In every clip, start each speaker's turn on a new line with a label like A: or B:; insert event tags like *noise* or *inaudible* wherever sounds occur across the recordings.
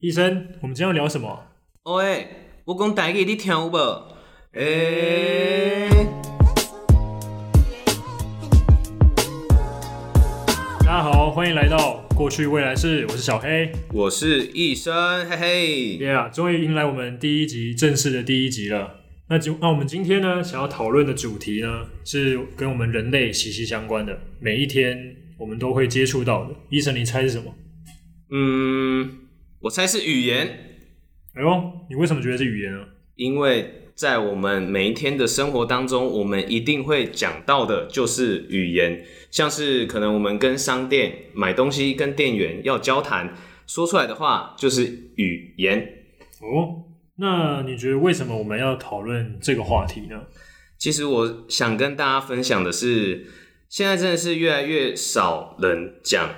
A: 医生，我们今天要聊什么？
B: 哦喂，我讲台语，你听有无？诶、
A: 大家好，欢迎来到过去未来式，我是小黑。
B: 我是医生，嘿嘿。
A: Yeah，终于迎来我们第一集正式的第一集了。那就那我们今天呢，想要讨论的主题呢，是跟我们人类息息相关的，每一天我们都会接触到的。医生，你猜是什么？
B: 嗯，我猜是语言，
A: 哎呦，你为什么觉得是语言啊？
B: 因为在我们每一天的生活当中，我们一定会讲到的就是语言，像是可能我们跟商店买东西，跟店员要交谈，说出来的话就是语言。
A: 哦，那你觉得为什么我们要讨论这个话题呢？
B: 其实我想跟大家分享的是，现在真的是越来越少人讲，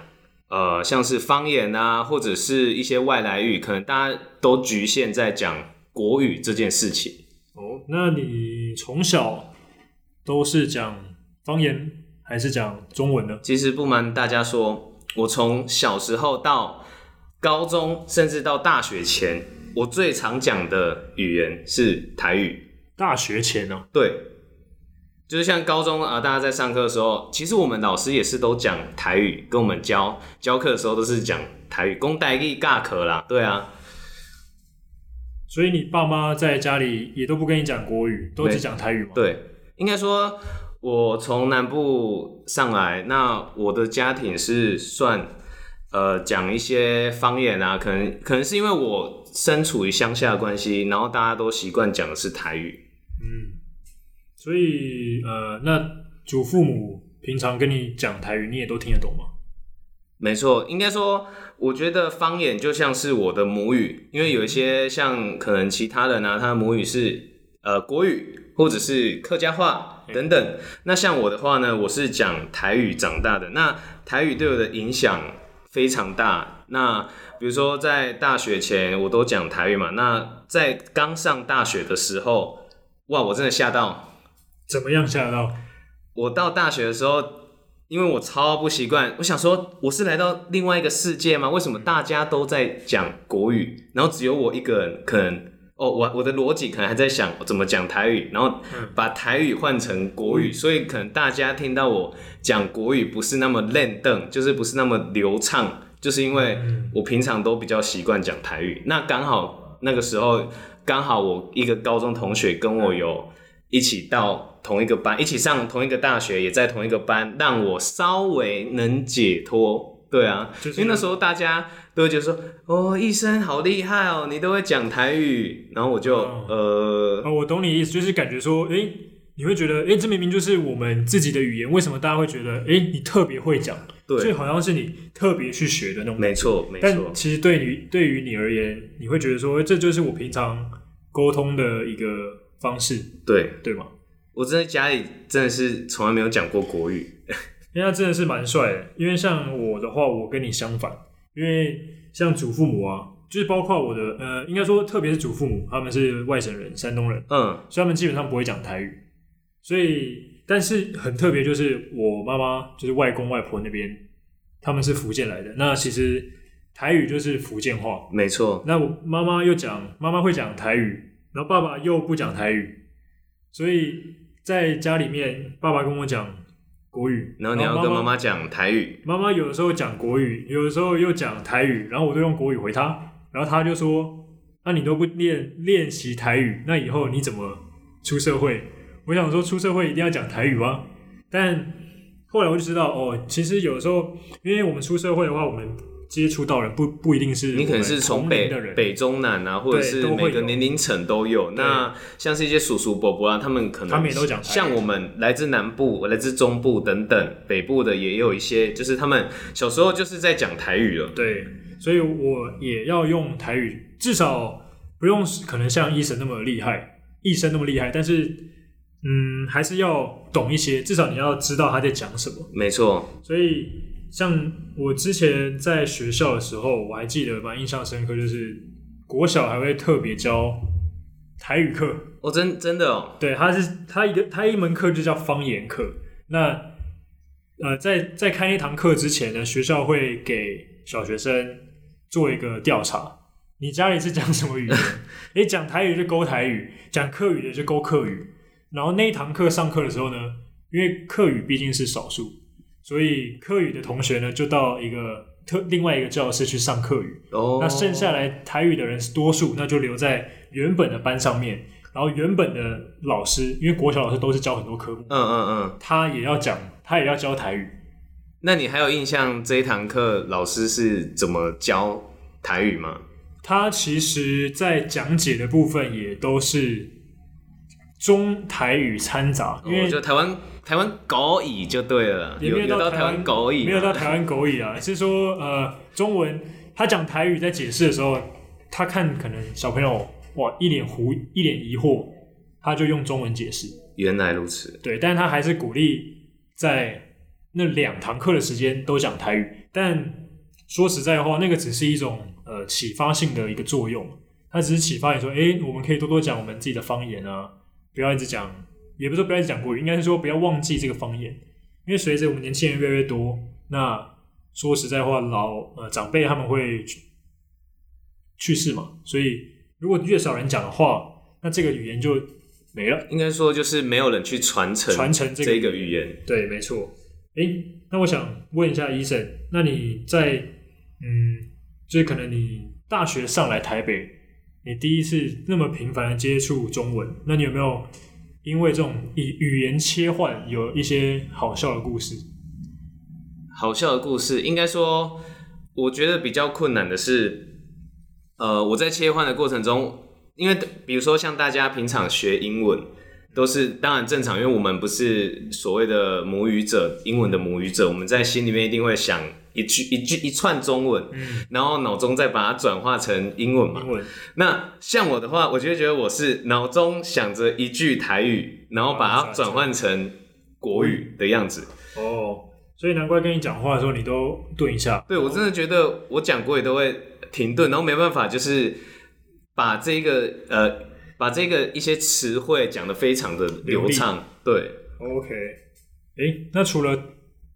B: 呃，像是方言啊，或者是一些外来语，可能大家都局限在讲国语这件事情。
A: 哦，那你从小都是讲方言还是讲中文呢？
B: 其实不瞒大家说，我从小时候到高中，甚至到大学前，我最常讲的语言是台语。
A: 大学前呢、
B: 对，就是像高中啊、呃大家在上课的时候，其实我们老师也是都讲台语，跟我们教教课的时候都是讲台语，公台语尬壳啦，对啊，
A: 所以你爸妈在家里也都不跟你讲国语，都只讲台语吗？，
B: 对，应该说我从南部上来，那我的家庭是算呃讲一些方言啊，可能可能是因为我身处于乡下的关系，然后大家都习惯讲的是台语，
A: 嗯，所以呃，那祖父母平常跟你讲台语，你也都听得懂吗？
B: 没错，应该说，我觉得方言就像是我的母语，因为有一些像可能其他人啊，他的母语是呃国语或者是客家话等等。那像我的话呢，我是讲台语长大的，那台语对我的影响非常大。那比如说在大学前我都讲台语嘛，那在刚上大学的时候，哇，我真的吓到，
A: 怎么样吓得到？
B: 我到大学的时候，因为我超不习惯，我想说我是来到另外一个世界吗？为什么大家都在讲国语，然后只有我一个人可能？哦，我我的逻辑可能还在想我怎么讲台语，然后把台语换成国语，所以可能大家听到我讲国语不是那么练邓，就是不是那么流畅，就是因为我平常都比较习惯讲台语。那刚好那个时候，刚好我一个高中同学跟我有一起到同一个班，一起上同一个大学，也在同一个班，让我稍微能解脱。对啊，
A: 就是
B: 因为那时候大家都会觉得说，哦，医生好厉害哦，你都会讲台语，然后我就、
A: 哦
B: 呃，
A: 呃，我懂你意思，就是感觉说，诶，你会觉得，诶，这明明就是我们自己的语言，为什么大家会觉得，诶，你特别会讲？所以
B: 对，
A: 好像是你特别去学的那种。
B: 没错，没错
A: 但，其实对你对于你而言，你会觉得说，诶这就是我平常沟通的一个方式，
B: 对
A: 对吗？
B: 我真的家里真的是从来没有讲过国语，
A: 因为他真的是蛮帅的。因为像我的话，我跟你相反，因为像祖父母啊，就是包括我的呃，应该说特别是祖父母，他们是外省人，山东人，
B: 嗯，
A: 所以他们基本上不会讲台语。所以，但是很特别，就是我妈妈就是外公外婆那边，他们是福建来的，那其实台语就是福建话，
B: 没错，
A: 那我妈妈又讲，妈妈会讲台语，然后爸爸又不讲台语，所以在家里面，爸爸跟我讲国语，
B: 然后你要跟
A: 妈
B: 妈妈讲台语，
A: 妈妈有的时候讲国语，有的时候又讲台语，然后我都用国语回她，然后她就说：“那、你都不练练习台语，那以后你怎么出社会？”我想说出社会一定要讲台语吗？但后来我就知道，哦，其实有时候因为我们出社会的话，我们接触到人不不一定是
B: 你可
A: 我
B: 能
A: 们
B: 是
A: 同
B: 从
A: 龄
B: 北
A: 的人，
B: 北中南啊，或者
A: 对
B: 是
A: 都会
B: 每个
A: 有
B: 年龄层都有。那像是一些叔叔伯伯啊，他们可能
A: 他们也都讲台语
B: 像我们来自南部、来自中部等等北部的也有一些，就是他们小时候就是在讲台语了。
A: 对，所以我也要用台语，至少不用可能像医生那么厉害，医生那么厉害，但是嗯，还是要懂一些，至少你要知道他在讲什么。
B: 没错，
A: 所以像我之前在学校的时候，我还记得蛮印象深刻，就是国小还会特别教台语课，
B: 哦，真真的哦，
A: 对，它是它一个它一门课就叫方言课。那呃，在在开那堂课之前呢，学校会给小学生做一个调查，你家里是讲什么语言？你讲台语就勾台语，讲客语的就勾客语。然后那一堂课上课的时候呢，因为客语毕竟是少数，所以客语的同学呢就到一个特另外一个教室去上客语。
B: 哦，
A: 那剩下来台语的人是多数，那就留在原本的班上面。然后原本的老师，因为国小老师都是教很多科目，
B: 嗯嗯嗯，
A: 他也要讲，他也要教台语。
B: 那你还有印象这一堂课老师是怎么教台语吗？
A: 他其实在讲解的部分也都是中台语掺杂，因为
B: 哦、就台湾台湾狗语就对了，
A: 也
B: 有
A: 没有
B: 有
A: 到
B: 台湾狗语吗，
A: 没有到台湾狗语啊，是说呃中文他讲台语在解释的时候，他看可能小朋友哇一脸糊一脸疑惑，他就用中文解释，
B: 原来如此，
A: 对，但他还是鼓励在那两堂课的时间都讲台语，但说实在话，那个只是一种呃启发性的一个作用，它只是启发你说，诶，我们可以多多讲我们自己的方言啊，不要一直讲，也不是说不要一直讲国语，应该是说不要忘记这个方言，因为随着我们年轻人越来越多，那说实在话，老呃长辈他们会去去世嘛，所以如果越少人讲的话，那这个语言就没了。
B: 应该说就是没有人去传承
A: 传承这
B: 这
A: 个
B: 个语言。
A: 对，没错。诶，那我想问一下医生，那你在嗯，就是可能你大学上来台北，你第一次那么频繁的接触中文，那你有没有因为这种语语言切换有一些好笑的故事？
B: 好笑的故事，应该说，我觉得比较困难的是，呃，我在切换的过程中，因为比如说像大家平常学英文，都是当然正常，因为我们不是所谓的母语者，英文的母语者，我们在心里面一定会想一句一句一串中文，
A: 嗯，
B: 然后脑中再把它转化成英文嘛
A: 英。文
B: 那像我的话，我就会觉得我是脑中想着一句台语，然后把它转换成国语的样子。
A: 哦，所以难怪跟你讲话的时候你都顿一下。
B: 对我真的觉得我讲国语都会停顿，然后没办法，就是把这个呃，把这个一些词汇讲得非常的流畅。对，
A: OK，诶，那除了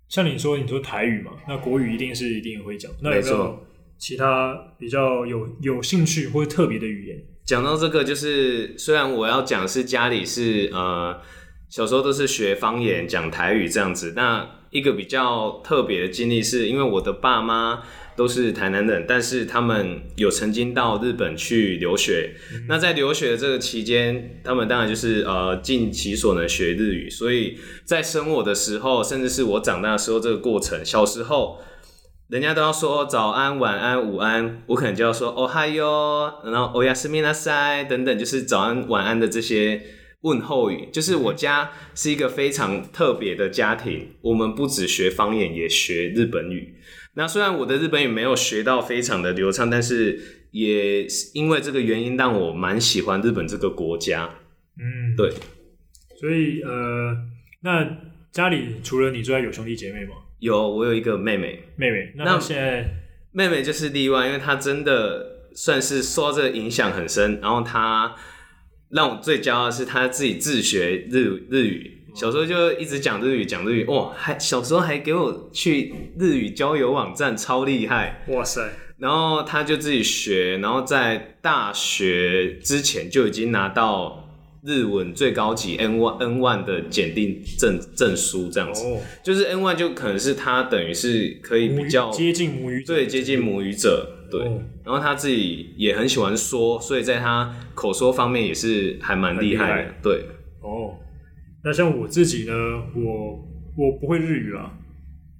A: 像你说，你说台语嘛，那国语一定是一定会讲。那有
B: 没
A: 没
B: 错
A: 有其他比较有有兴趣或者特别的语言？
B: 讲到这个，就是虽然我要讲是家里是呃小时候都是学方言、讲台语这样子，那一个比较特别的经历是因为我的爸妈都是台南人，但是他们有曾经到日本去留学。那在留学的这个期间，他们当然就是呃尽其所能学日语，所以在生我的时候，甚至是我长大的时候这个过程，小时候。人家都要说早安、晚安、午安，我可能就要说哦嗨哟，然后欧亚斯米拉塞等等，就是早安、晚安的这些问候语。就是我家是一个非常特别的家庭，我们不只学方言，也学日本语。那虽然我的日本语没有学到非常的流畅，但是也是因为这个原因，让我蛮喜欢日本这个国家。
A: 嗯，
B: 对，
A: 所以呃，那家里除了你之外有兄弟姐妹吗？
B: 有我有一个妹妹，
A: 妹妹，那
B: 那
A: 她现在
B: 妹妹就是例外，因为她真的算是受到这个影响很深。然后她让我最骄傲的是她自己自学日日语，小时候就一直讲日语，讲日语。哦，还小时候还给我去日语交友网站，超厉害。
A: 哇塞，
B: 然后她就自己学，然后在大学之前就已经拿到日文最高级 N one N one 的检定证证书，这样子。
A: 哦，
B: 就是 N one 就可能是她等于是可以
A: 母
B: 比
A: 语
B: 较
A: 接近母语者，
B: 对，接近母语者，对。
A: 哦
B: 然后他自己也很喜欢说，所以在他口说方面也是还蛮厉害
A: 很厉
B: 的，对。
A: 哦。那像我自己呢，我我不会日语啦，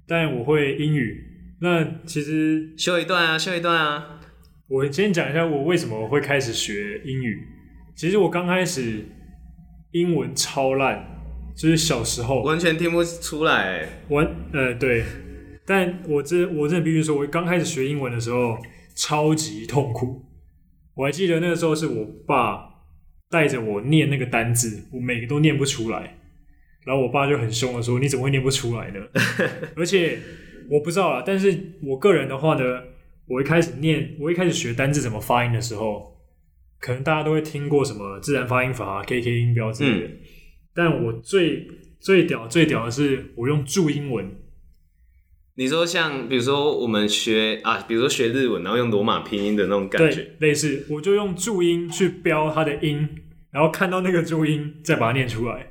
A: 但我会英语。那其实
B: 修一段啊，修一段啊，
A: 我先讲一下我为什么会开始学英语。其实我刚开始英文超烂，就是小时候
B: 完全听不出来。
A: 我呃对，但我这我真的必须说，我刚开始学英文的时候超级痛苦。我还记得那个时候是我爸带着我念那个单字，我每个都念不出来，然后我爸就很凶的说：“你怎 *laughs* 么会念不出来呢？”而且我不知道啦，啊但是我个人的话呢，我一开始念，我一开始学单字怎么发音的时候，可能大家都会听过什么自然发音法、KK 音标之类的，但我最最屌最屌的是，我用注英文，
B: 你说像比如说我们学啊，比如说学日文，然后用罗马拼音的那种感觉，
A: 对，类似，我就用注音去标它的音，然后看到那个注音再把它念出来，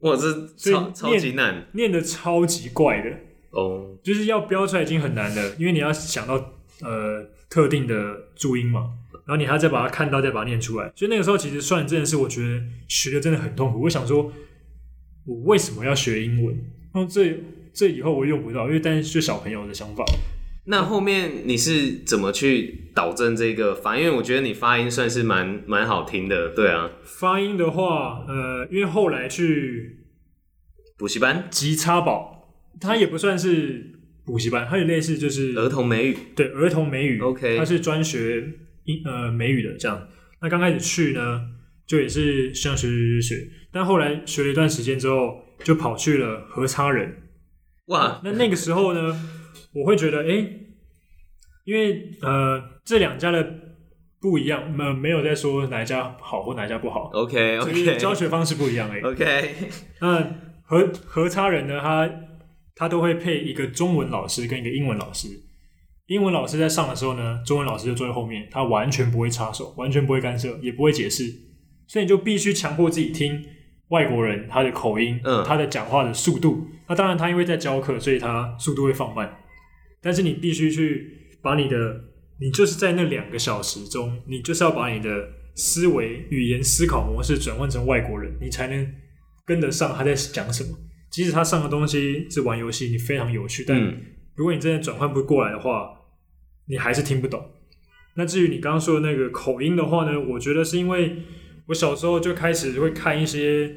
B: 哇，这
A: 所以
B: 超超
A: 念
B: 级难
A: 念的超级怪的，
B: 哦。
A: 就是要标出来已经很难了，因为你要想到呃特定的注音嘛，然后你还要再把它看到，再把它念出来。所以那个时候其实算真的是我觉得学的真的很痛苦。我想说，我为什么要学英文？那这这以后我用不到，因为但是就小朋友的想法，
B: 那后面你是怎么去导正这个发音？因为我觉得你发音算是蛮蛮好听的，对啊。
A: 发音的话，呃，因为后来去
B: 补习班、
A: 吉差堡，它也不算是补习班，它也类似就是
B: 儿童美语，
A: 对儿童美语
B: OK
A: 他是专学英呃美语的这样。那刚开始去呢，就也是像学学学学，但后来学了一段时间之后，就跑去了和差人。
B: 哇，
A: 那那个时候呢，我会觉得哎、诶因为呃这两家的不一样，没、没有在说哪一家好或哪一家不好，
B: OK
A: 只是
B: 哦 OK
A: 教学方式不一样而已。
B: OK，
A: 那和和差人呢，他他都会配一个中文老师跟一个英文老师。英文老师在上的时候呢，中文老师就坐在后面，他完全不会插手，完全不会干涉，也不会解释，所以你就必须强迫自己听外国人他的口音，
B: 嗯
A: 他的讲话的速度。那当然，他因为在教课，所以他速度会放慢，但是你必须去把你的，你就是在那两个小时中，你就是要把你的思维、语言、思考模式转换成外国人，你才能跟得上他在讲什么。即使他上的东西是玩游戏，你非常有趣，但
B: 嗯，
A: 如果你真的转换不过来的话，你还是听不懂。那至于你刚刚说的那个口音的话呢，我觉得是因为我小时候就开始会看一些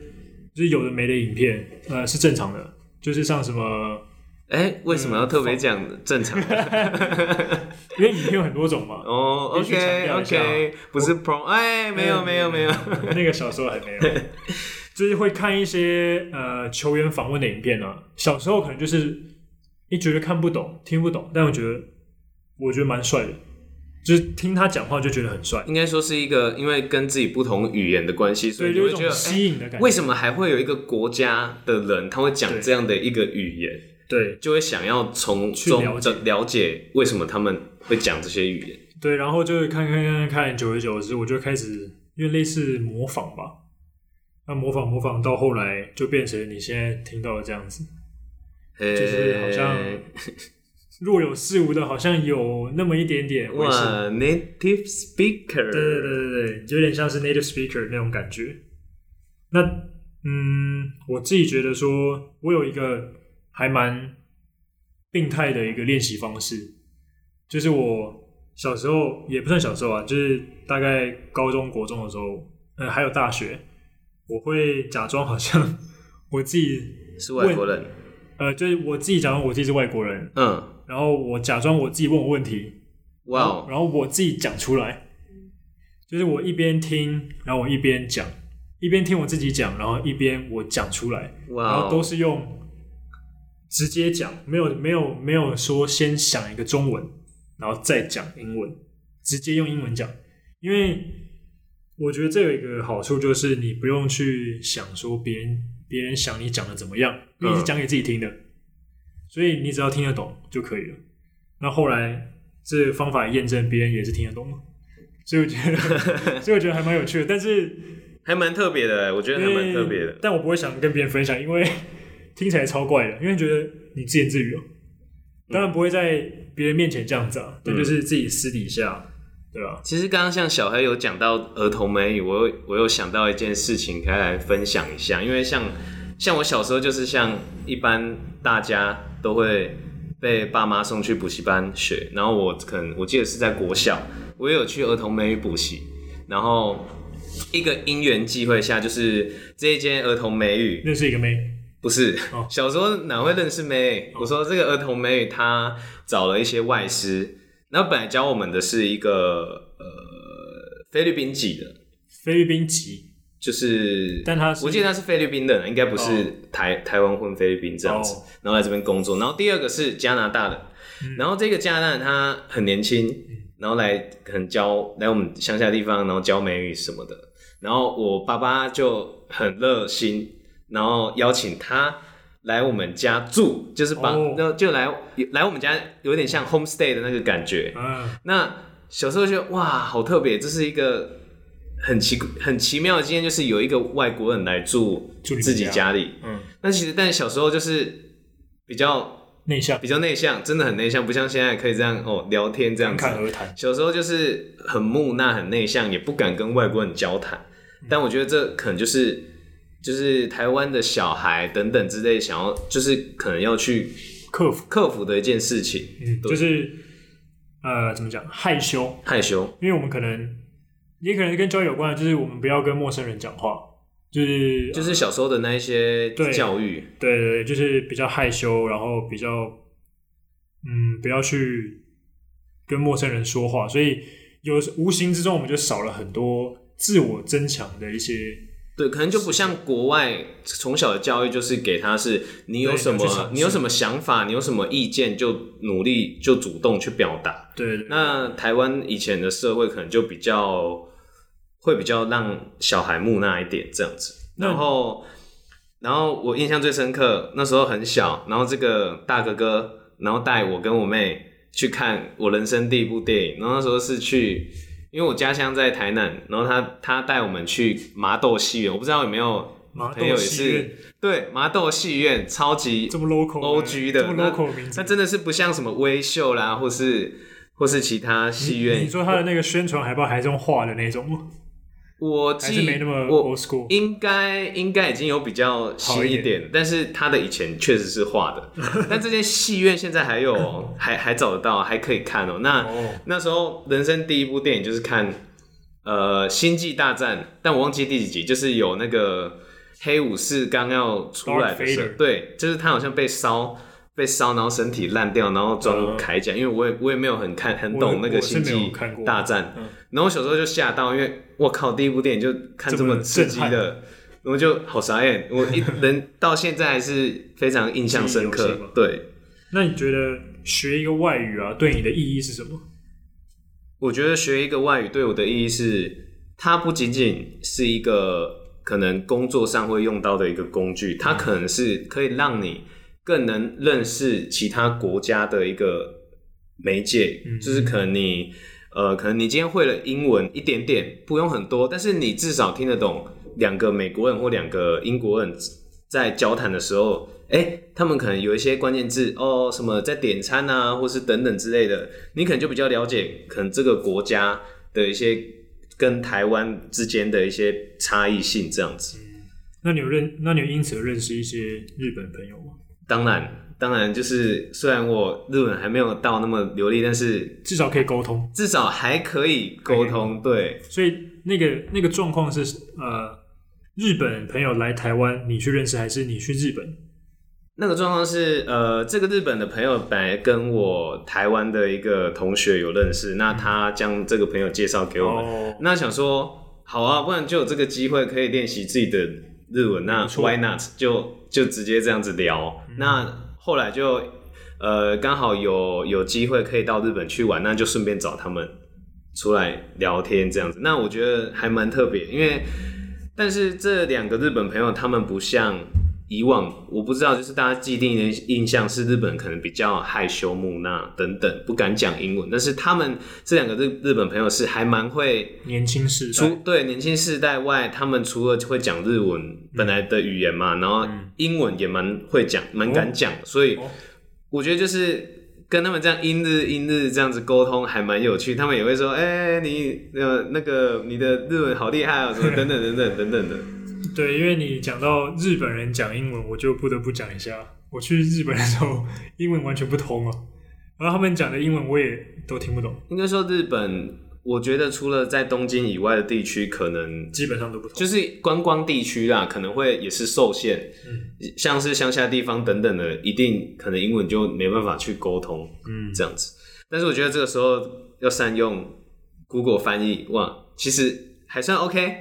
A: 就是有的没的影片，呃，是正常的，就是像什么，
B: 哎、为
A: 嗯
B: 什么要特别讲正常？
A: *laughs* 因为影片有很多种嘛，
B: 哦
A: 必须强
B: ，OK
A: 调一下嗯
B: OK，不是 pro，哎、没有没有没有，
A: *laughs* 那个小时候还没有，就是会看一些呃球员访问的影片啊。小时候可能就是你觉得看不懂、听不懂，但我觉得我觉得蛮帅的，就是听他讲话就觉得很帅，
B: 应该说是一个因为跟自己不同语言的关系，所
A: 对，
B: 以你
A: 就有
B: 会
A: 一
B: 觉得
A: 种
B: 哎。
A: 吸引的感觉。
B: 为什么还会有一个国家的人他会讲
A: 对
B: 这样的一个语言，
A: 对
B: 就会想要从
A: 去
B: 中
A: 了解
B: 的了解为什么他们会讲这些语言？
A: 对，然后就是看看看看，久而久之，我就开始因为类似模仿吧，那模仿模仿到后来就变成你现在听到的这样子。就是好像
B: 哎
A: 若有似无的，好像有那么一点点微信
B: 哇，native
A: 对
B: speaker，
A: 对对对对，有点像是 native speaker 那种感觉。那嗯，我自己觉得说，我有一个还蛮病态的一个练习方式，就是我小时候也不算小时候啊，就是大概高中国中的时候，嗯，还有大学，我会假装好像 *laughs* 我自己
B: 是外国人，
A: 呃，就是我自己假装我自己是外国人，
B: 嗯，
A: 然后我假装我自己问我问题，
B: 哇哦，
A: 然后我自己讲出来，就是我一边听，然后我一边讲，一边听我自己讲，然后一边我讲出来，然
B: 哇
A: 后
B: 哦，
A: 都是用直接讲，没有没有没有说先想一个中文，然后再讲英文，直接用英文讲，因为我觉得这有一个好处就是你不用去想说别人别人想你讲的怎么样，因为你是讲给自己听的，所以你只要听得懂就可以了。那后来这个方法验证别人也是听得懂嘛，所以我觉得， *laughs* 所以我觉得还蛮有趣的，但是。
B: 还蛮特别的，我觉得还蛮特别
A: 因为
B: 的。
A: 嗯但我不会想跟别人分享，因为 *laughs* 听起来超怪的，因为觉得你自言自语哦、当然不会在别人面前这样子啊，但
B: 嗯
A: 就是自己私底下，对吧、
B: 其实刚刚像小黑有讲到儿童美语，我有我有想到一件事情，可以来分享一下。因为像像我小时候就是像一般大家都会被爸妈送去补习班学，然后我可能我记得是在国小，我也有去儿童美语补习，然后一个因缘际会下，就是这一间儿童美语
A: 认识一个妹，
B: 不是，
A: 哦
B: *laughs* 小时候哪会认识美？我说这个儿童美语，他找了一些外师，然后本来教我们的是一个呃菲律宾籍的，
A: 菲律宾籍，
B: 就是，
A: 但她是
B: 我记得他是菲律宾的人，应该不是台、台湾混菲律宾这样子，
A: 哦嗯
B: 然后来这边工作。然后第二个是加拿大的，然后这个加拿大人他很年轻，然后来可能教来我们乡下地方，然后教美语什么的。然后我爸爸就很热心，然后邀请他来我们家住，就是帮
A: 哦
B: 那就来来我们家，有点像 homestay 的那个感觉。
A: 嗯，
B: 那小时候觉得哇，好特别，这是一个很奇很奇妙的经验，就是有一个外国人来住
A: 住你
B: 自己
A: 家
B: 家里。
A: 嗯，
B: 那其实但小时候就是比较
A: 内向，
B: 比较内向，真的很内向，不像现在可以这样哦聊天这样
A: 侃
B: 子。
A: 侃而谈。
B: 小时候就是很木讷、很内向，也不敢跟外国人交谈。但我觉得这可能就是就是台湾的小孩等等之类，想要就是可能要去
A: 克服，
B: 克服的一件事情，
A: 嗯，就是呃，怎么讲害羞，
B: 害羞。
A: 因为我们可能也可能跟交友有关，就是我们不要跟陌生人讲话，就是
B: 就是小时候的那一些
A: 对
B: 教育，
A: 对对，对就是比较害羞，然后比较嗯，不要去跟陌生人说话，所以有无形之中我们就少了很多自我增强的一些
B: 对，可能就不像国外从小的教育，就是给他是你有
A: 对
B: 什
A: 你要去尝
B: 么
A: 试
B: 你有什么想法，你有什么意见就努力就主动去表达。
A: 对对
B: 那台湾以前的社会可能就比较会比较让小孩木讷一点这样子，
A: 那
B: 然后然后我印象最深刻，那时候很小，然后这个大哥哥然后带我跟我妹去看我人生第一部电影，然后那时候是去。因为我家乡在台南，然后他他带我们去麻豆戏院，我不知道有没有
A: 麻
B: 朋友
A: 豆
B: 也
A: 戏院
B: 是对麻豆戏院超级
A: 这么 local
B: O G 的
A: 这么
B: 那
A: local 的名字
B: 那，真的是不像什么微秀啦，或是或是其他戏院。
A: 你说他的那个宣传海报还是用画的那种，
B: 我
A: 还是
B: 记
A: 没那么
B: 我
A: old school？
B: 应该应该已经有比较新一
A: 好一
B: 点，但是他的以前确实是画
A: *laughs*
B: 的，但这间戏院现在还有哦，还还找得到，还可以看哦。那、
A: 哦
B: 那时候人生第一部电影就是看呃《星际大战》，但我忘记第几集，就是有那个黑武士刚要出来的时候
A: Darth Vader
B: 对，就是他好像被烧。被烧，然后身体烂掉，然后装入铠甲。因为我也我也没有很看很
A: 我
B: 懂那
A: 嗯
B: 个
A: 我
B: 《
A: 是
B: 星
A: 没有
B: 际
A: 看过
B: 大战》
A: 嗯
B: 然后我小时候就吓到，因为我靠，第一部电影就看这
A: 这么
B: 么刺激
A: 震
B: 的，我就好傻眼。我一 *laughs* 人到现在还是非常印象深
A: 记忆犹新
B: 刻
A: 吗。
B: 对，
A: 那你觉得学一个外语啊，对你的意义是什么？
B: 我觉得学一个外语对我的意义是，它不仅仅是一个可能工作上会用到的一个工具，它可能是可以让你更能认识其他国家的一个媒介，就是可能你呃，可能你今天会了英文一点点，不用很多，但是你至少听得懂两个美国人或两个英国人在交谈的时候，哎、他们可能有一些关键字哦，什么在点餐啊，或是等等之类的，你可能就比较了解可能这个国家的一些跟台湾之间的一些差异性这样子。
A: 那你有认，那你有因此而认识一些日本朋友吗？
B: 当然，当然就是虽然我日文还没有到那么流利，但是
A: 至少可以沟通。
B: 至少还可以沟通。对，
A: 所以那个那个状况是呃，日本朋友来台湾，你去认识还是你去日本？
B: 那个状况是，呃，这个日本的朋友本来跟我台湾的一个同学有认识，那他将这个朋友介绍给我们。
A: 哦，
B: 那想说，好啊，不然就有这个机会可以练习自己的日文，那 why not？就就直接这样子聊。那后来就呃，刚好有有机会可以到日本去玩，那就顺便找他们出来聊天这样子。那我觉得还蛮特别，因为但是这两个日本朋友他们不像。以往我不知道，就是大家既定的印象是日本可能比较害羞、木讷等等，不敢讲英文。但是他们这两个日日本朋友是还蛮会
A: 年轻时代
B: 除对年轻世代外，他们除了会讲日文本来的语言嘛，然后英文也蛮会讲，蛮敢讲，所以
A: 哦
B: 我觉得就是跟他们这样英日英日这样子沟通还蛮有趣，他们也会说，哎、你呃那个你的日文好厉害啊，什么等等等等等等的。
A: 对，因为你讲到日本人讲英文，我就不得不讲一下，我去日本的时候，英文完全不通啊，然后他们讲的英文我也都听不懂，
B: 应该说日本，我觉得除了在东京以外的地区，可能
A: 基本上都不通。
B: 就是观光地区啦，可能会也是受限，
A: 嗯
B: 像是乡下地方等等的，一定可能英文就没办法去沟通，嗯，这样子。但是我觉得这个时候要善用 Google 翻译，哇，其实还算 OK，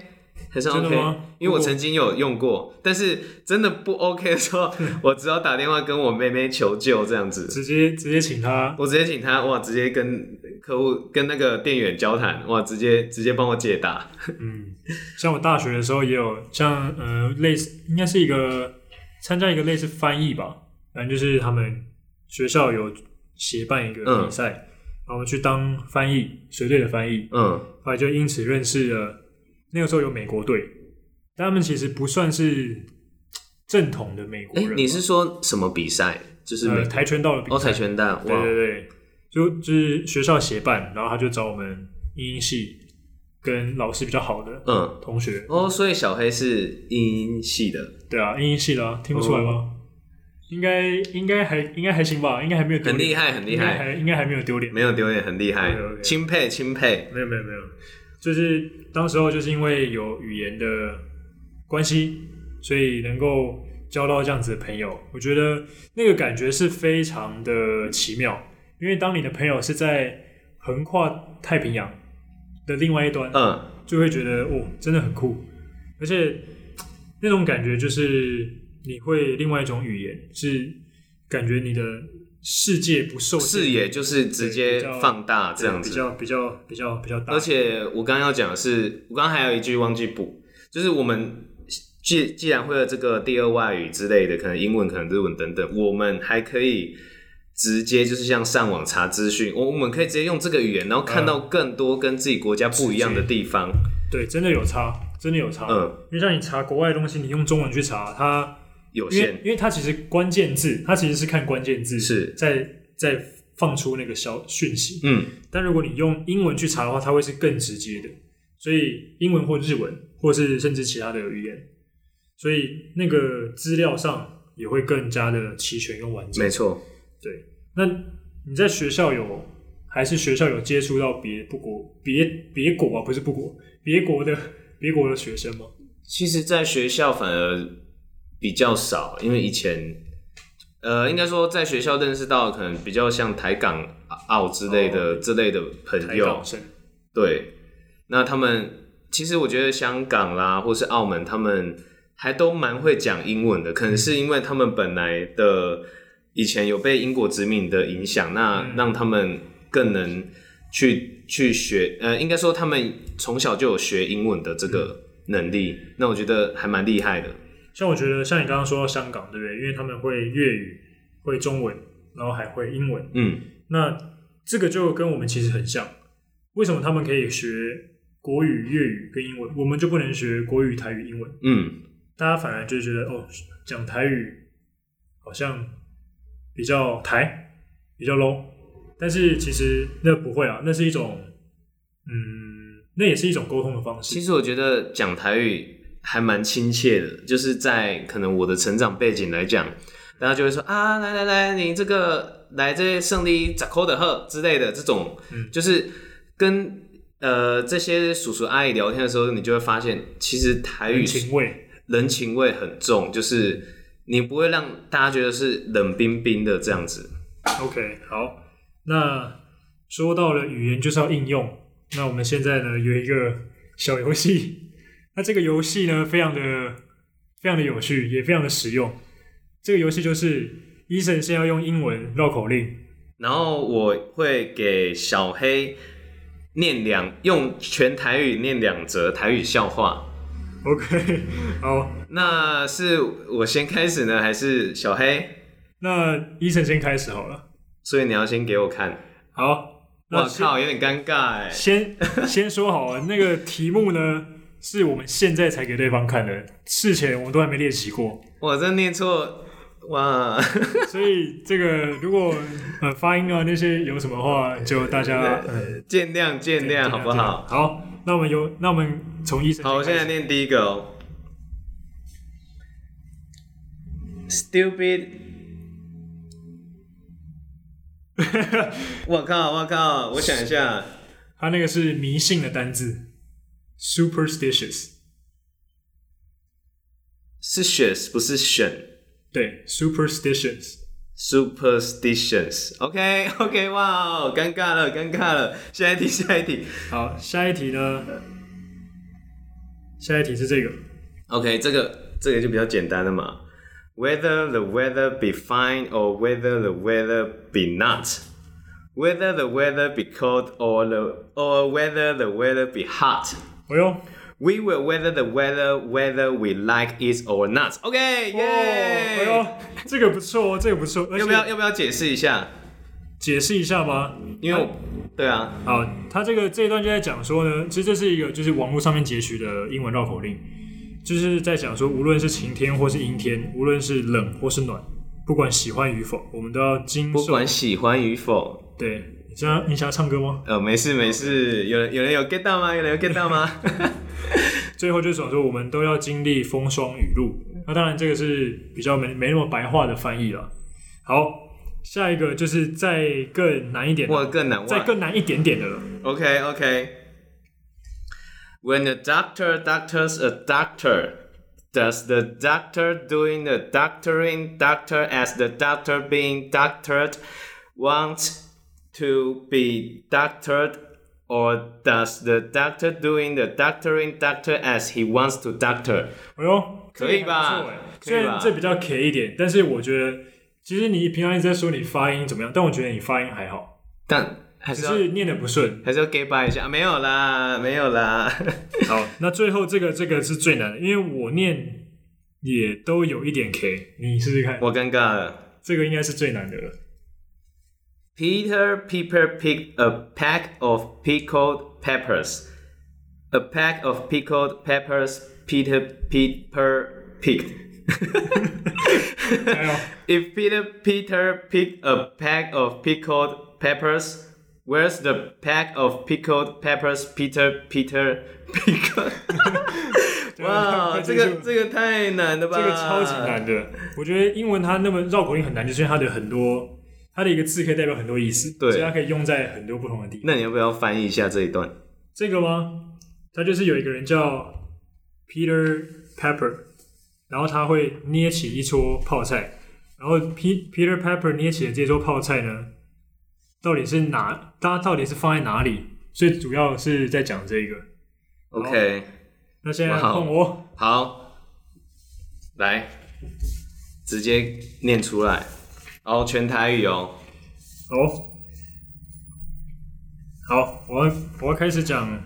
B: 还算
A: 真的
B: OK，
A: 吗
B: 因为我
A: Google-
B: 曾经有用过，但是真的不 OK 的时
A: *laughs*
B: 候，我只好打电话跟我妹妹求救，这样子。
A: 直接直接请他
B: 我直接请他哇，直接跟客户跟那个店员交谈哇，直接直接帮我解答。
A: 嗯像我大学的时候也有像呃类似，应该是一个参加一个类似翻译吧，反正就是他们学校有协办一
B: 嗯
A: 个比赛，然后我们去当翻译，随队的翻译，
B: 嗯
A: 后来就因此认识了那个时候有美国队，但他们其实不算是正统的美国
B: 哎、
A: 人吧，
B: 你是说什么比赛？就是美
A: 呃跆拳道的比
B: 哦，
A: 赛
B: 跆，拳道，
A: 对
B: 哇，
A: 对对，就就是学校协办，然后他就找我们英英系跟老师比较好的
B: 嗯，
A: 同学，
B: 哦，所以小黑是音系的，
A: 对啊，英英系的、啊，听不出来吗？应该应该还应该还行吧，应该还没有丢
B: 很厉
A: 脸，
B: 害，很厉
A: 应该
B: 害，
A: 还应该还没有丢脸，
B: 没有丢脸，很厉害
A: OK，OK，
B: 钦佩钦佩，
A: 没有没有没有，就是当时候就是因为有语言的关系，所以能够交到这样子的朋友，我觉得那个感觉是非常的奇妙，因为当你的朋友是在横跨太平洋的另外一端，
B: 嗯，
A: 就会觉得哦，真的很酷，而且那种感觉就是你会另外一种语言，是感觉你的世界不受限
B: 视野就是直接
A: 对比较
B: 放大
A: 对
B: 这样
A: 比
B: 子。
A: 较比较比较比较大，
B: 而且我刚刚要讲的是，我刚刚还有一句忘记补，就是我们既既然会了这个第二外语之类的，可能英文、可能日文等等，我们还可以直接就是像上网查资讯，我我们可以直接用这个语言，然后看
A: 嗯
B: 到更多跟自己国家不一样的地方。
A: 对，真的有差，真的有差。
B: 嗯，
A: 因为像你查国外的东西，你用中文去查它，
B: 有
A: 因为
B: 限，
A: 因为它其实关键字，它其实是看关键字
B: 是
A: 在在放出那个消讯息。
B: 嗯，
A: 但如果你用英文去查的话，它会是更直接的。所以英文或日文，或是甚至其他的语言，所以那个资料上也会更加的齐全跟完整
B: 没。错。
A: 对，那你在学校有还是学校有接触到别不国别别国啊？不是不国，别国的别国的学生吗？
B: 其实，在学校反而比较少，因为以前，呃，应该说在学校认识到可能比较像台港澳之类的、之类的朋
A: 哦台
B: 友，
A: 港生，
B: 对，那他们其实我觉得香港啦，或是澳门，他们还都蛮会讲英文的，可能是因为他们本来的以前有被英国殖民的影响，那让他们更能去去学，呃，应该说他们从小就有学英文的这个能力，那我觉得还蛮厉害的。
A: 像我觉得像你刚刚说到香港，对不对？因为他们会粤语、会中文，然后还会英文，
B: 嗯，
A: 那这个就跟我们其实很像。为什么他们可以学国语、粤语跟英文，我们就不能学国语、台语、英文？
B: 嗯，
A: 大家反而就觉得哦，讲台语好像比较台，比较 low。但是其实那不会啊，那是一种，嗯，那也是一种沟通的方
B: 其
A: 式。
B: 实我觉得讲台语还蛮亲切的，就是在可能我的成长背景来讲，大家就会说啊，来来来，你这个来这些胜利咋扣的喝之类的这种，
A: 嗯
B: 就是跟呃这些叔叔阿姨聊天的时候，你就会发现，其实台语
A: 人情味，
B: 人情味很重，就是你不会让大家觉得是冷冰冰的这样子。
A: OK，好，那说到了语言就是要应用，那我们现在呢有一个小游戏， *laughs* 那这个游戏呢非常的非常的有趣，也非常的实用。这个游戏就是医生先要用英文绕口令，
B: 然后我会给小黑念两用全台语念两则台语笑话。
A: OK，好， *laughs*
B: 那是我先开始呢，还是小黑？
A: 那医生先开始好了。
B: 所以你要先给我看。
A: 好，那
B: 我
A: 先
B: 靠，有点尴尬哎。
A: 先先说好啊，那个题目呢是我们现在才给对方看的，事前我们都还没练习过，
B: 我这念错，哇！ *laughs*
A: 所以这个如果呃发音啊那些有什么话，就大家呃
B: 见谅见谅，好不好？？
A: 好，那我们由那我们从医生
B: 好，我
A: 先
B: 现
A: 开
B: 在
A: 始
B: 念第一个哦。Stupid！我靠，我靠，我想一下
A: 他那个是迷信的单字，superstitious，
B: 是 s 不是选
A: 对，superstitious，
B: superstitions。OK OK，哇，哦尴尬了，尴尬了。下一题，下一题。
A: 好，下一题呢？下一题是这个
B: OK，这个这个就比较简单了嘛。Whether the weather be fine or whether the weather be not, whether the weather be cold or the or whether the weather be hot,
A: 哎呦，
B: We will weather the weather whether we like it or not. OK，
A: 哦，哎
B: 耶、
A: 呦，这个不错，哦这个不错，而
B: 要不要
A: 且
B: 要不要解释一下？
A: 解释一下吗？
B: 因为我对啊，
A: 好，他这个这一段就在讲说呢，其实这是一个就是网络上面截取的英文绕口令，就是在讲说，无论是晴天或是阴天，无论是冷或是暖，不管喜欢与否，我们都要经
B: 不
A: 受。
B: 管喜欢与否，
A: 对，你知道你想要唱歌吗？
B: 呃，没事没事，有人有人有 get 到吗？有人有 get 到吗？ *laughs*
A: 最后就想说，我们都要经历风霜雨露。那当然，这个是比较没没那么白话的翻译了。好，下一个就是再更难一点的，
B: 哇，更难
A: 再
B: 忘。
A: 更难一点点的了。
B: OK OK。When the doctor doctors a doctor, does the doctor doing the doctoring doctor as the doctor being doctored want to be doctored, or does the doctor doing the doctoring doctor as he wants to doctor？
A: 哎呦，
B: 可以吧
A: 这个还不错哎虽然
B: 可以吧
A: 这比较 K 一点，但是我觉得，其实你平常一直在说你发音怎么样，但我觉得你发音还好，
B: 但还
A: 只
B: 是要
A: 是念的不顺。
B: 还是要 g a y by 一下，没有啦，没有啦。
A: 好，那最后这个这个是最难的，因为我念也都有一点 K，你试试看，
B: *laughs* 我尴尬了。
A: 这个应该是最难的了。
B: Peter Piper picked a pack of pickled peppers. A pack of pickled peppers Peter Piper picked. *laughs*
A: 还有
B: If Peter Peter picked a pack of pickled peppers, where's the pack of pickled peppers Peter Peter
A: *laughs*
B: pickled? 哇，这个这个太难了吧？
A: 这个超级难的，我觉得英文它那么绕口令很难，就是因为它的很多，它的一个字可以代表很多意思，
B: 对
A: 所以它可以用在很多不同的地方。
B: 那你要不要翻译一下这一段？
A: 这个吗？他就是有一个人叫 Peter Pepper，然后他会捏起一撮泡菜，然后 P Peter Pepper 捏起的这撮泡菜呢，到底是哪？它到底是放在哪里？所以主要是在讲这个。
B: OK，
A: 那现在
B: 哇
A: 换我，
B: 好，来，直接念出来，哦，全台语哦。
A: 哦，好，我要我要开始讲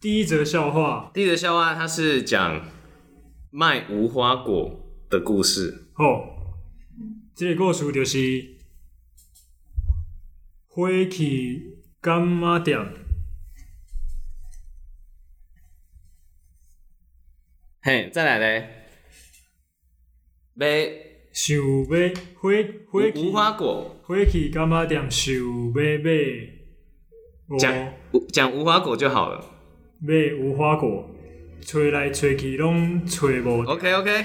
A: 第一则笑话
B: 第一个笑话，它是讲卖无花果的故事。
A: 哦。这个故事就是火去干妈店。
B: 嘿，再来嘞，买
A: 想要火火
B: 无
A: 气
B: 无花果，
A: 火气干嘛店想要买无
B: 讲无讲无花果就好了。
A: 买无花果，吹来吹去拢吹无
B: OK OK，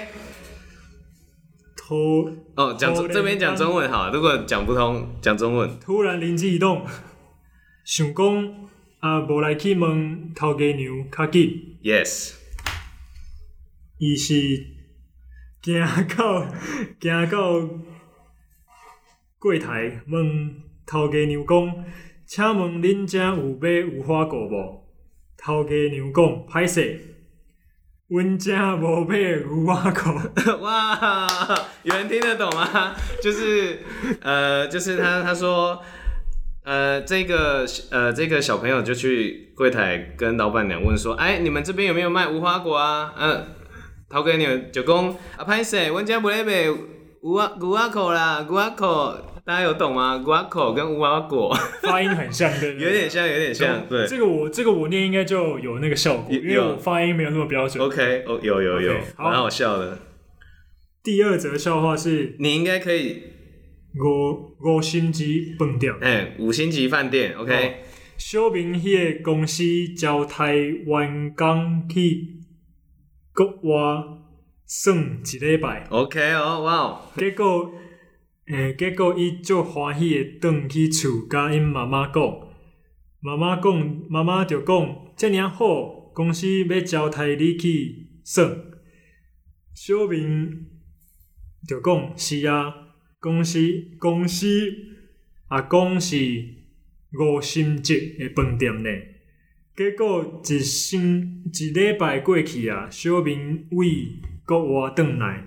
A: 突
B: 哦，讲中这边讲中文好了，如果讲不通，讲中文。
A: 突然灵机一动，想讲啊，无来去问头家娘较紧，
B: Yes，
A: 伊是行到行到柜台问头家娘讲，请问恁遮有买无花果无？头家娘讲歹势，阮遮无买无花果。
B: *laughs* 哇，有人听得懂吗？ *laughs* 就是呃，就是他他说，呃，这个呃这个小朋友就去柜台跟老板娘问说，哎，你们这边有没有卖无花果啊？嗯、呃，头给你就讲啊，拍谁？我家不来卖无花无花果啦，无花果。大家有懂吗？瓜口跟无花果 *laughs*
A: 发音很像，对不对，
B: 有点像，有点像，对。
A: 这个我这个我念应该就有那个效果，
B: 有
A: 因为我发音没有那么标准。
B: OK，哦，有有有
A: OK，，好
B: 蛮好笑的。
A: 第二则笑话是
B: 你应该可以，
A: 五五星级蹦掉，
B: 哎、五星级饭店，OK，、
A: 小明迄个公司招台湾工去国外算一礼拜，
B: OK 哦，哇哦，
A: 结果诶、结果伊足欢喜的转去厝，甲因妈妈讲，妈妈讲，妈妈就讲，遮尔好，公司要招待你去耍。小明就讲是啊，公司公司啊，公是五星级的饭店呢。结果一星一礼拜过去啊，小明为国外转来，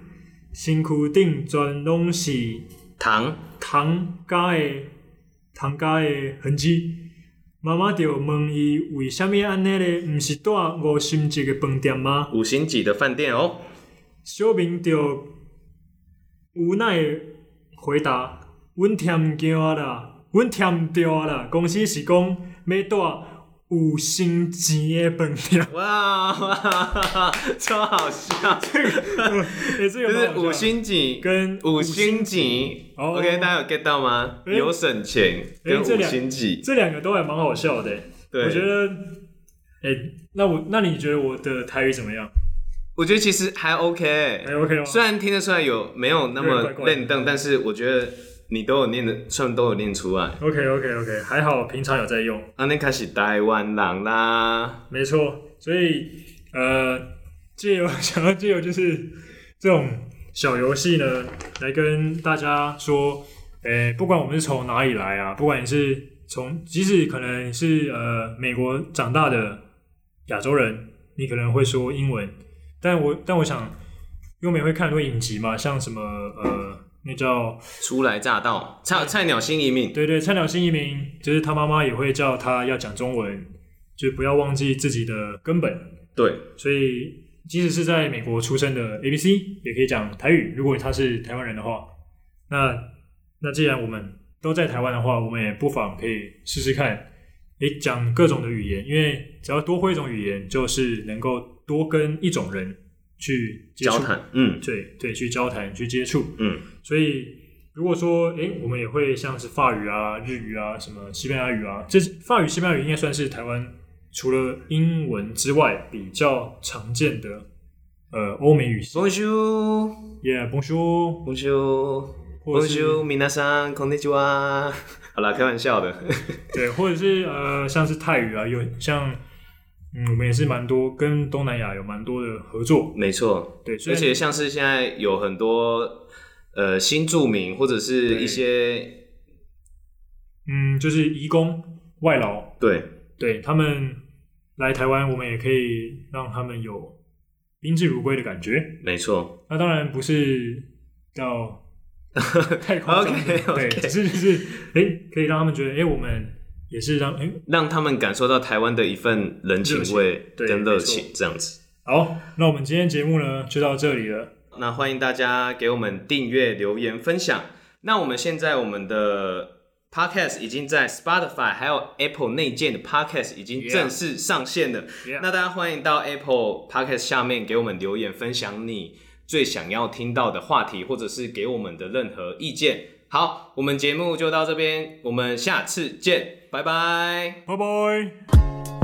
A: 身躯顶全拢是
B: 糖
A: 糖加的糖加的痕迹，妈妈就问伊为什么安尼咧？毋是住五星级的饭店吗？
B: 五星级的饭店哦，
A: 小明就无奈地回答：“阮添惊啦，阮添着啊啦。公司是讲要带有薪钱的饭
B: *laughs*
A: 店，
B: 哇，哇超好笑，
A: 欸、这
B: 就
A: 个蛮好
B: 是
A: 笑的
B: 五星级
A: 跟
B: 五星级
A: 哦
B: ，OK，大家有 get 到吗？
A: 哎
B: 有省钱跟
A: 哎这
B: 五
A: 两
B: 星级，
A: 这两个都还蛮好笑的、
B: 对，
A: 我觉得，哎、那我那你觉得我的台语怎么样？
B: 我觉得其实还 OK，
A: 还 OK 吗？
B: 虽然听得出来有没有那么
A: 有点怪怪的
B: 认凳，但是我觉得你都有念的，算都有念出来。
A: OK OK OK，还好平常有在用，
B: 啊，那开始台湾人啦，
A: 没错。所以呃，借由 *laughs* 想要借由就是这种小游戏呢，来跟大家说，诶、不管我们是从哪里来啊，不管你是从，即使可能你是呃美国长大的亚洲人，你可能会说英文，但我但我想，因为我们也会看很多影集嘛，像什么呃，那叫
B: 初来乍到，菜菜鸟新移民，
A: 对对，菜鸟新移民就是他妈妈也会叫他要讲中文，就不要忘记自己的根本。
B: 对，
A: 所以即使是在美国出生的 A B C，也可以讲台语。如果他是台湾人的话，那那既然我们都在台湾的话，我们也不妨可以试试看，诶，讲各种的语言，因为只要多会一种语言，就是能够多跟一种人去接触
B: 交，谈，嗯
A: 对对，去交谈，去接触。
B: 嗯，
A: 所以如果说，诶，我们也会像是法语啊、日语啊、什么西班牙语啊，这法语、西班牙语应该算是台湾除了英文之外比较常见的呃欧美语系。
B: ，Bonjour，Bonjour，Bonjour，
A: Yeah, bonjour，或者是
B: Bonjour，皆さんこんにちは。 *laughs* 好啦，开玩笑的。
A: 对，或者是呃像是泰语啊，有像嗯，我们也是蛮多跟东南亚有蛮多的合作。
B: 没错，
A: 对，虽
B: 而
A: 然
B: 且像是现在有很多呃新住民或者是一些
A: 嗯，就是移工外劳
B: 对
A: 对他们来台湾，我们也可以让他们有宾至如归的感觉。
B: 没错，
A: 那当然不是要太夸张了对，
B: OK，OK
A: 只是就是哎、诶可以让他们觉得哎、诶我们也是让哎、诶
B: 让他们感受到台湾的一份人情味
A: 对
B: 跟热
A: 没
B: 情，这样子。
A: 好，那我们今天节目呢就到这里了。
B: 那欢迎大家给我们订阅、留言、分享。那我们现在我们的 podcast 已经在 Spotify 还有 Apple 内建的 podcast 已经
A: Yeah
B: 正式上线了。
A: Yeah
B: 那大家欢迎到 Apple podcast 下面给我们留言，分享你最想要听到的话题，或者是给我们的任何意见。好，我们节目就到这边，我们下次见，拜拜。
A: 拜拜。